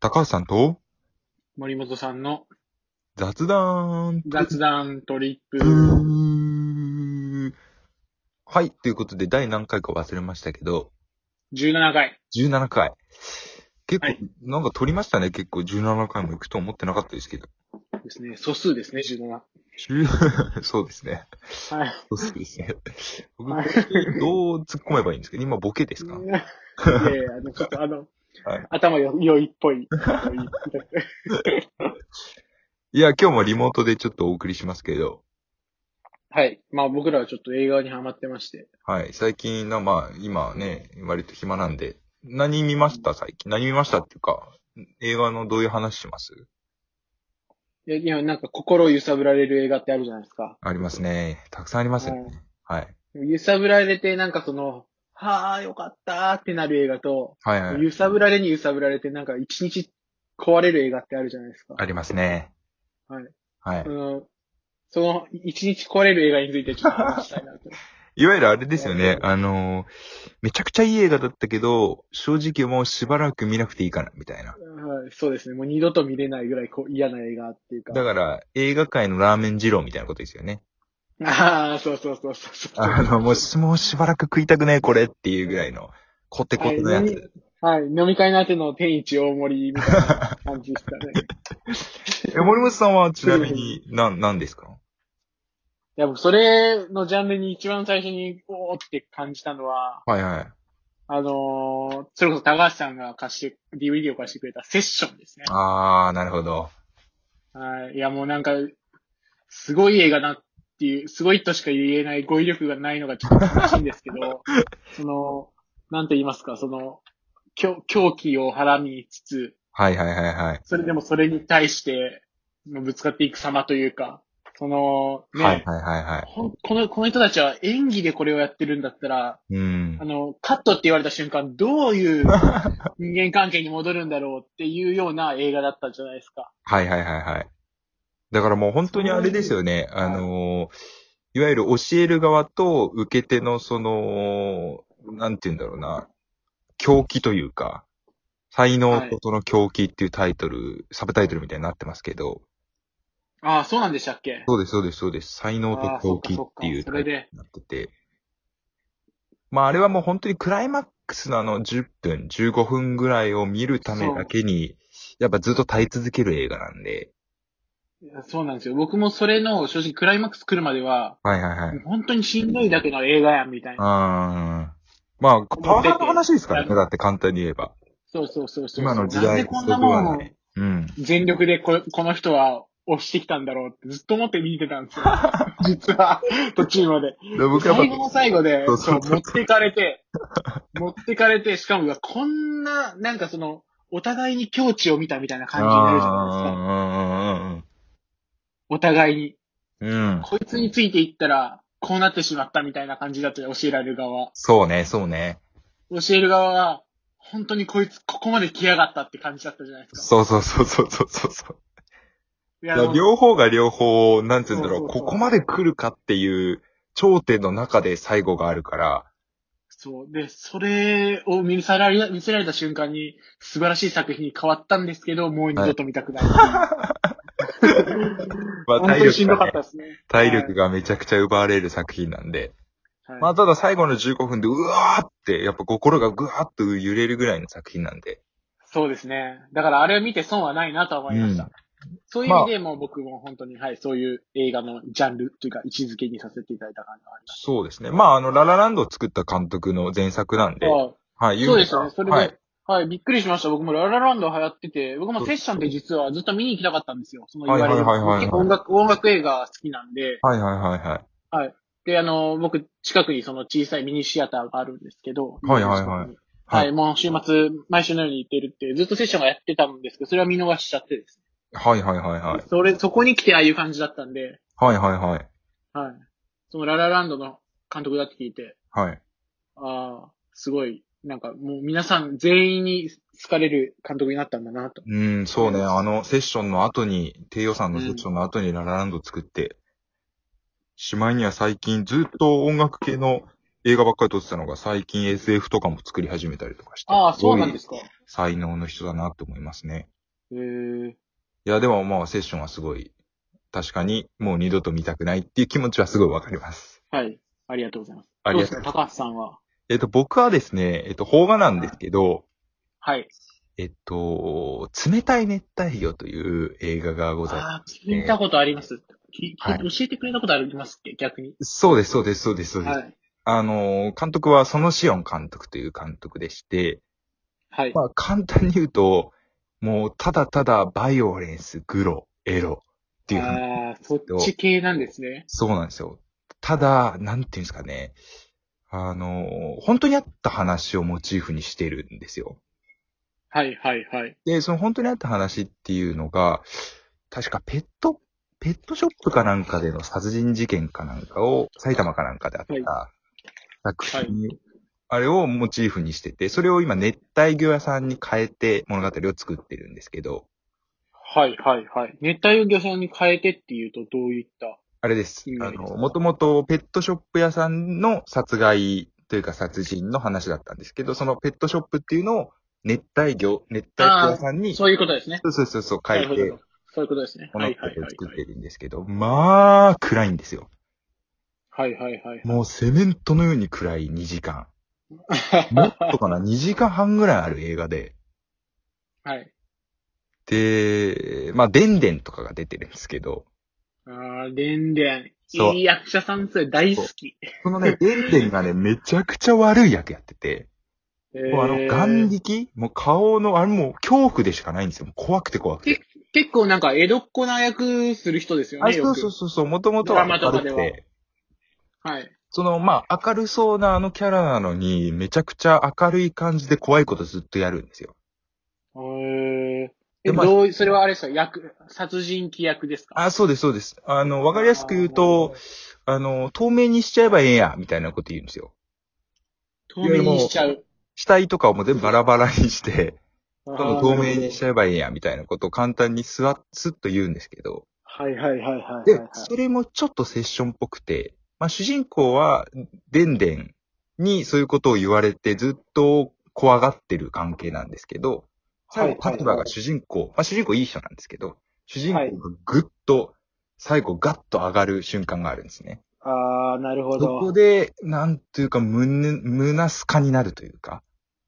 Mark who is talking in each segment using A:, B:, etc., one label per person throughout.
A: 高橋さんと
B: 森本さんの
A: 雑談
B: 雑談トリッ
A: ブ
B: プ。
A: ーはい、ということで第何回か忘れましたけど、
B: 17回。
A: 17回。結構、
B: はい
A: なんか撮りましたね、結構17回も行くと思ってなかったですけど。
B: ですね。素数ですね、17。
A: 10 そうですね。
B: はい。
A: そうです ね。僕、
B: はい
A: どう突っ込めばいいんですか今ボケですか
B: いやいやあの、ちょっとあの、
A: はい
B: 頭よ良いっぽい。
A: いや、今日もリモートでちょっとお送りしますけど、
B: はい。まあ僕らはちょっと映画にハマってまして。
A: はい、最近な、まあ、今ね、割と暇なんで、何見ました最近。何見ましたっていうか、映画のどういう話します
B: いやいや、なんか心揺さぶられる映画ってあるじゃないですか。
A: ありますね。たくさんありますよ
B: はい
A: ね。はい。
B: 揺さぶられて、なんかその、はあ、よかったーってなる映画と、
A: はいはい。
B: 揺さぶられに揺さぶられて、なんか一日壊れる映画ってあるじゃないですか。
A: ありますね。
B: はい。
A: はい
B: そ。の、その一日壊れる映画についてちょっと話したいなと。
A: いわゆるあれですよね。あのーめちゃくちゃいい映画だったけど、正直もうしばらく見なくていいかな、みたいな。
B: はい、そうですね。もう二度と見れないぐらいこう嫌な映画っていうか。
A: だから、映画界のラーメン二郎みたいなことですよね。
B: ああ、そうそうそうそうそう。
A: あの、もうし、もうしばらく食いたくねえ、これっていうぐらいの、コテコ
B: はい
A: テのや
B: 飲
A: つ。
B: みはい、飲み会の後の天一大盛りみたいな感じですか ね。
A: え、森本さんはちなみに、なん、なんですか
B: いや、僕それのジャンルに一番最初に、おーって感じたのは、
A: はいはい。
B: あのーそれこそ高橋さんが貸して、DVD を貸してくれたセッションですね。
A: あー、なるほど。
B: はい。いや、もうなんか、すごい映画だっていう、すごいとしか言えない語彙力がないのがちょっと悲しいんですけ ど、その、なんて言いますか、その、狂狂気をはらみつつ、
A: はいはいはいはい。
B: それでもそれに対して、ぶつかっていく様というか、その、ね、
A: はいはいはいは
B: ほんこの、この人たちは演技でこれをやってるんだったら、
A: い。うん
B: あ。の、カットって言われた瞬間、どう いう人間関係に戻るんだろうっていうような映画だったじゃないですか。
A: はいはいはいはい。だからもう本当にあれですよね。あのー、いわゆる教える側と受け手のその、なんて言うんだろうな、狂気というか、才能とその狂気っていうタイトル、サブタイトルみたいになってますけど、
B: ああ、そうなんでしたっけ
A: そうですそうですそうです。才能と狂気っていう
B: あーそっかそっかそ
A: タ
B: れ
A: イトルに
B: で
A: なってて。まああれはもう本当にクライマックスのあの10分、15分ぐらいを見るためだけに、やっぱずっと耐え続ける映画なんで。
B: いやそうなんですよ。僕もそれの、正直クライマックス来るまでは、
A: はいはいはい。
B: 本当にしんどいだけの映画やん、みたいな。
A: あーまあ、パワハラの話ですからね。だって簡単に言えば。
B: そうそうそうそう。
A: 今の時代
B: なんでこんなもん
A: そこはねうん。
B: 全力でここの人は押してきたんだろうってずっと思って見てた んですよ。実は、途中まで。
A: で僕はや
B: 最後
A: っ
B: の最後で、
A: そう
B: そ
A: そう
B: う、持ってかれて、持ってかれて、しかも、うわこんな、なんかその、お互いに境地を見たみたいな
A: ぱ、
B: 感じになるじゃないですか。
A: あ
B: お互いに。
A: ーうんうんうんうん。うん。
B: こいつについていったら、こうなってしまったみたいな感じだと教えられる側。
A: そうね、そうね。
B: 教える側は、本当にこいつここまで来やがったって感じだったじゃないですか。
A: そうそうそうそうそうそうそう。
B: い
A: だ
B: や、
A: か
B: で
A: ら
B: も
A: 両方が両方、なんて言うんだろう、
B: そうそうそう
A: ここまで来るかっていう頂点の中で最後があるから、
B: そう。で、それを見せられ、見せられた瞬間に、素晴らしい作品に変わったんですけど、もう二度と見たくない。
A: まあ
B: 本
A: 体
B: 当にし
A: 力
B: んど
A: が、
B: かっ
A: ね
B: た、ですね。
A: 体力がめちゃくちゃ奪われる作品なんで、
B: はい。
A: まあただ最後の15分でうわーって、やっぱ心がぐわーっと揺れるぐらいの作品なんで、
B: そうですね。だからあれを見て損はないなとは思いました。
A: うん
B: そういう意味でもう僕も本当に、はい、そういう映画のジャンルというか位置づけにさせていただいた感じがありまし
A: そうですね。まああの、ララランドを作った監督の前作なん
B: た。
A: で、
B: あ
A: はい、
B: そうですよね。それで、
A: は
B: はいい、びっくりしました。僕もララランド流行ってて、僕もセッションって実はずっと見に行きたかったんですよ。その言われる。
A: はいはいはいはい
B: 結構音楽、音楽映画好きなんで、
A: はいはいはいはい。
B: で、あの、僕、近くにその小さいミニシアターがあるんですけど、
A: はいはいはい
B: はい、
A: はい
B: もう週末、毎週のように行ってるって、ずっとセッションがやってたんですけど、それは見逃しちゃってですね。
A: はいはいはいはい。
B: それ、そこに来てああいう感じだったんで、
A: はいはいはい。
B: はい。そのララランドの監督だって聞いて、
A: はい。
B: ああ、すごい、なんかもう皆さん全員に好かれる監督になったんだなと。
A: うん、そうね。あの、セッションの後に、低予算のセッションの後にララランド作って、しまいには最近ずっと音楽系の映画ばっかり撮ってたのが最近 SF とかも作り始めたりとかして。
B: ああ、そうなんですすか。
A: 才能の人だなと思いますね。
B: えー、
A: いや、でもまあ、セッションはすごい、確かにもう二度と見たくないっていう気持ちはすごいわかります。
B: はい。ありがとうございます。
A: ありがとうございます
B: どうですか、高橋さんは。
A: えっと、僕はですね、えっと、邦画なんですけど、
B: はい。
A: えっと、冷たい熱帯魚という映画がございます。
B: ああ、聞いたことあります。きき
A: はい
B: 教えてくれたことありますっけ逆に。
A: そうです、そうです、そうです、そうです。
B: はい。
A: あの、監督はそのシオン監督という監督でして、
B: はい。
A: まあ、簡単に言うと、もう、ただただバイオレンス、グロ、エロっていう話
B: ああ、そっち系なんですね。
A: そうなんですよ。ただ、なんていうんですかね。あの、本当にあった話をモチーフにしてるんですよ。
B: はい、はい、はい。
A: で、その本当にあった話っていうのが、確かペット、ペットショップかなんかでの殺人事件かなんかを、埼玉かなんかであった作品、あれをモチーフにしてて、それを今熱帯魚屋さんに変えて物語を作ってるんですけど、
B: はい、はい、はい。熱帯魚さんに変えてっていうとどういった
A: あれです
B: 気に。な
A: あ
B: り
A: の、
B: ます
A: もともとペットショップ屋さんの殺害というか殺人の話だったんですけど、そのペットショップっていうのを熱帯魚、熱帯魚屋さんに、そ
B: そういうことですね。
A: うそうそうそう変え
B: なる
A: て
B: ほ、どそういうことですね。
A: こ
B: は
A: の
B: い、
A: 子
B: はい、
A: で
B: はい。
A: 作ってるんですけど、まあ、暗いんですよ。
B: はい、はい、はい。
A: もうセメントのように暗い2時 間。もっとかな ?2 時間半ぐらいある映画で。
B: はい。
A: で、まあ、デンデンとかが出てるんですけど、
B: ああ、でんで
A: そ
B: ん。
A: う
B: いい役者さんそれ大好き。
A: そのね、 デンデンがね、めちゃくちゃ悪い役やってて、
B: え
A: もうあの、
B: ー
A: 眼力もう顔の、あれもう恐怖でしかないんですよ。もう怖くて怖くて。
B: 結構なんか江戸っ子な役する人ですよ
A: あ、
B: ね。
A: そう
B: よ
A: そう
B: く
A: そうそう、もともとは明る
B: ドラマと
A: く
B: かでは
A: て。
B: はい。
A: その、まあ、明るそうなあのキャラなのに、めちゃくちゃ明るい感じで怖いことずっとやるんですよ。
B: えー、え
A: でまあ
B: どういそれはあれですか役、殺人鬼役ですか
A: あ、そうです、そうです。あの、わかりやすく言うと、、あの、透明にしちゃえばええや、みたいなこと言うんですよ。
B: 透明にしちゃう。
A: 死体とかをもう全部バラバラにして、
B: あ
A: どん
B: ー
A: どん透明にしちゃえばええや、みたいなことを簡単にすわっ、すっと言うんですけど。
B: はいはいはいはいはい
A: で
B: はい。、
A: それもちょっとセッションっぽくて、まあ主人公は、でんでんにそういうことを言われてずっと怖がってる関係なんですけど、最後、立場が主人公、まあ主人公いい人なんですけど、主人公がぐっと、最後ガッと上がる瞬間があるんですね。
B: ああ、なるほ
A: そこ
B: ど。
A: で、なんというか、むね、むなすかになるというか。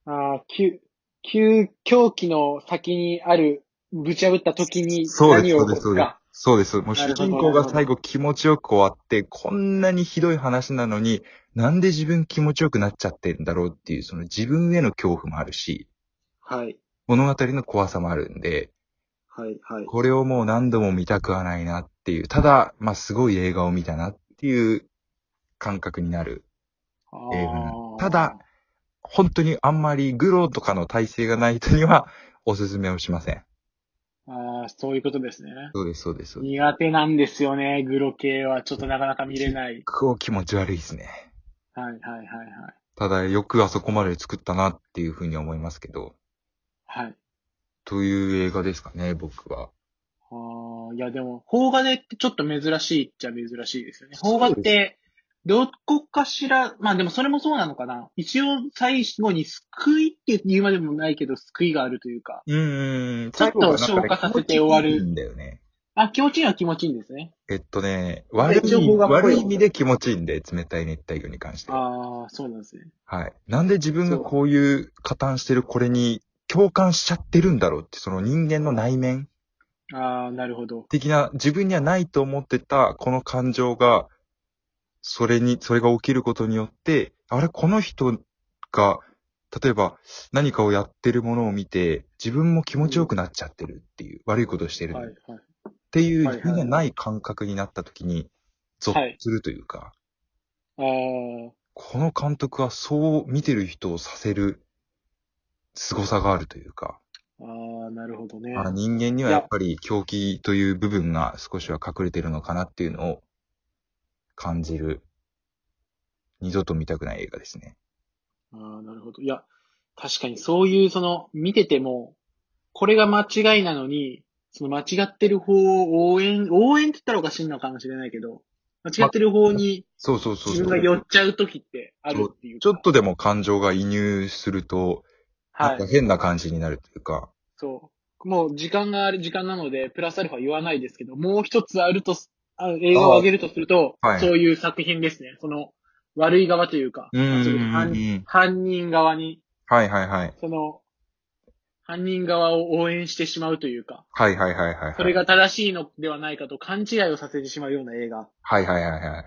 B: ああ、急、急狂気の先にある、ぶち破った時に
A: そうです、そ
B: 何を
A: うです、
B: 起
A: そ
B: こ
A: う
B: す
A: で
B: か。
A: す。そうです。もう
B: な
A: 主
B: るほど
A: 人公が最後気持ちよく終わって、こんなにひどい話なのに、なんで自分気持ちよくなっちゃってんだろうっていう、その自分への恐怖もあるし、
B: はい。
A: 物語の怖さもあるんで、
B: はい、はい。
A: これをもう何度も見たくはないなっていう、ただ、まあすごい映画を見たなっていう感覚になる映画な
B: あー
A: ただ、本当にあんまりグロとかの体制がない人にはおすすめをしません。
B: ああ、そういうことですね。
A: そうです、そうです。結
B: 苦手なんですよね、グロ系は。ちょっとなかなか見れない。
A: 構気持ち悪いですね。
B: はいはいはい
A: ただ、よくあそこまで作ったなっていうふうに思いますけど、
B: はい。はい。
A: という映画ですかね、僕は。
B: あーいやでも、邦画でってちょっと珍しいっちゃ珍しいですよね。邦画って、どこかしら、まあでもそれもそうなのかな。一応最後に救いって言うまでもないけど、救いがあるというか。
A: うーん、
B: ちょっと消化させて終わ
A: 気持ち
B: る
A: いいんだよね。
B: あ、気持ちいいのは気持ちいいんですね。
A: えっとね、悪い、
B: 情報が濃い
A: 悪い意味で気持ちいいんで、冷たい熱帯魚に関しては。
B: ああ、そうなんですね。
A: はい。なんで自分がこういう加担してるこれに共感しちゃってるんだろうって、その人間の内面
B: ああ、なるほど。
A: 的な、自分にはないと思ってたこの感情が、それに、それが起きることによって、あれ、この人が、例えば何かをやってるものを見て、自分も気持ちよくなっちゃってるっていう、悪いことをしてる、
B: はいは
A: っ
B: い。
A: ていう、
B: はいはい
A: 自分にはない感覚になった時に、ゾッとするというか、
B: ああ、
A: この監督はそう見てる人をさせる凄さがあるというか、
B: ああ、なるほどね。
A: まあ、人間にはやっぱり狂気という部分が少しは隠れてるのかなっていうのを感じる。二度と見たくない映画ですね。
B: ああ、なるほど。いや、確かにそういう、その、見てても、これが間違いなのに、その間違ってる方を応援、応援って言ったらおかしいのかもしれないけど、間違ってる方に
A: そうそうそう
B: 自
A: そ
B: 分が寄
A: う。
B: っちゃう時ってあるっていう
A: ちょ
B: か。
A: っとでも感情が移入すると、な
B: は
A: んか
B: い。
A: 変な感じになるというか、
B: そう。もう時間がある時間なので、プラスアルファ言わないですけど、もう一つあるとす、あ映画を上げるとすると、
A: あはい
B: そういう作品ですね。その、悪い側というか、
A: うんうん
B: そう
A: う
B: いうん犯犯人側に、
A: はいはいはい。
B: その、犯人側を応援してしまうというか、
A: はいはいはいはいはい。
B: それが正しいのではないかと勘違いをさせてしまうような映画。
A: はいはいはいはい。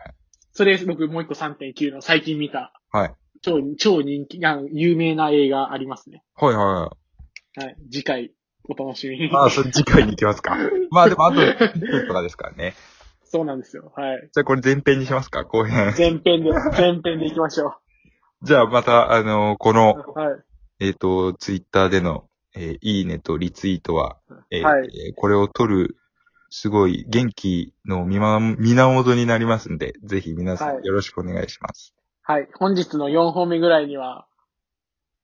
B: それ僕もう一個3.9の最近見た、
A: はい。
B: 超、超人気、あの有名な映画ありますね。
A: はいはいは
B: はい。次回、お楽しみに
A: い。。まあ、それ次回に行きます か。まあでも、あと、とかですからね。
B: そうなんですよ。はい。
A: じゃあこれ前編にしますか、後編。
B: 前編で、 前編で行きましょ
A: じゃあまた、あのこの、
B: う。はい。
A: えっ、と、ツイッターでの、えーいいねとリツイートは、えー
B: はい
A: えーこれを取る、すごい元気の見ま、源になりますんで、ぜひ皆さ
B: は
A: ん
B: い
A: よろしくお願いします。
B: はい。本日の4本目ぐらいには、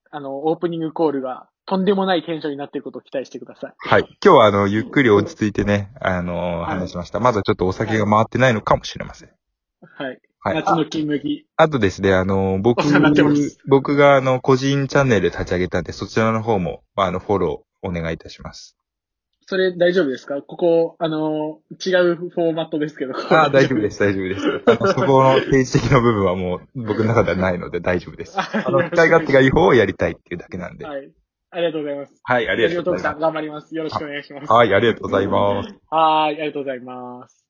B: あの、オープニングコールがとんでもないテンションになっていることを期待してください。
A: はい。今日はあの、ゆっくり落ち着いてね、あのー
B: はい
A: 話しました。まだちょっとお酒が回ってないのかもしれません。
B: はい。
A: はい。
B: 夏の金麦。
A: あとですね、あの、僕
B: お世話になってます、
A: 僕があの、個人チャンネル立ち上げたんで、そちらの方も、まあ、あの、フォローお願いいたします。
B: それ大丈夫ですかここ、あの、違うフォーマットですけど。
A: ああ、大丈夫です、大丈夫です。 あのそこの政治的な部分はもう、僕の中ではないので大丈夫 です。
B: あ
A: あの、使い勝手がいい方をやりたいっていうだけなんで。は
B: はい。ありがとうございます。
A: い、あり
B: ラ
A: が
B: ジ
A: と
B: オ
A: うご
B: トー
A: ざ
B: ク
A: い
B: さ
A: ま。
B: ん頑張ります。よろしくお願いします
A: はい、ありがとうございます。
B: す。はーい、ありがとうございます。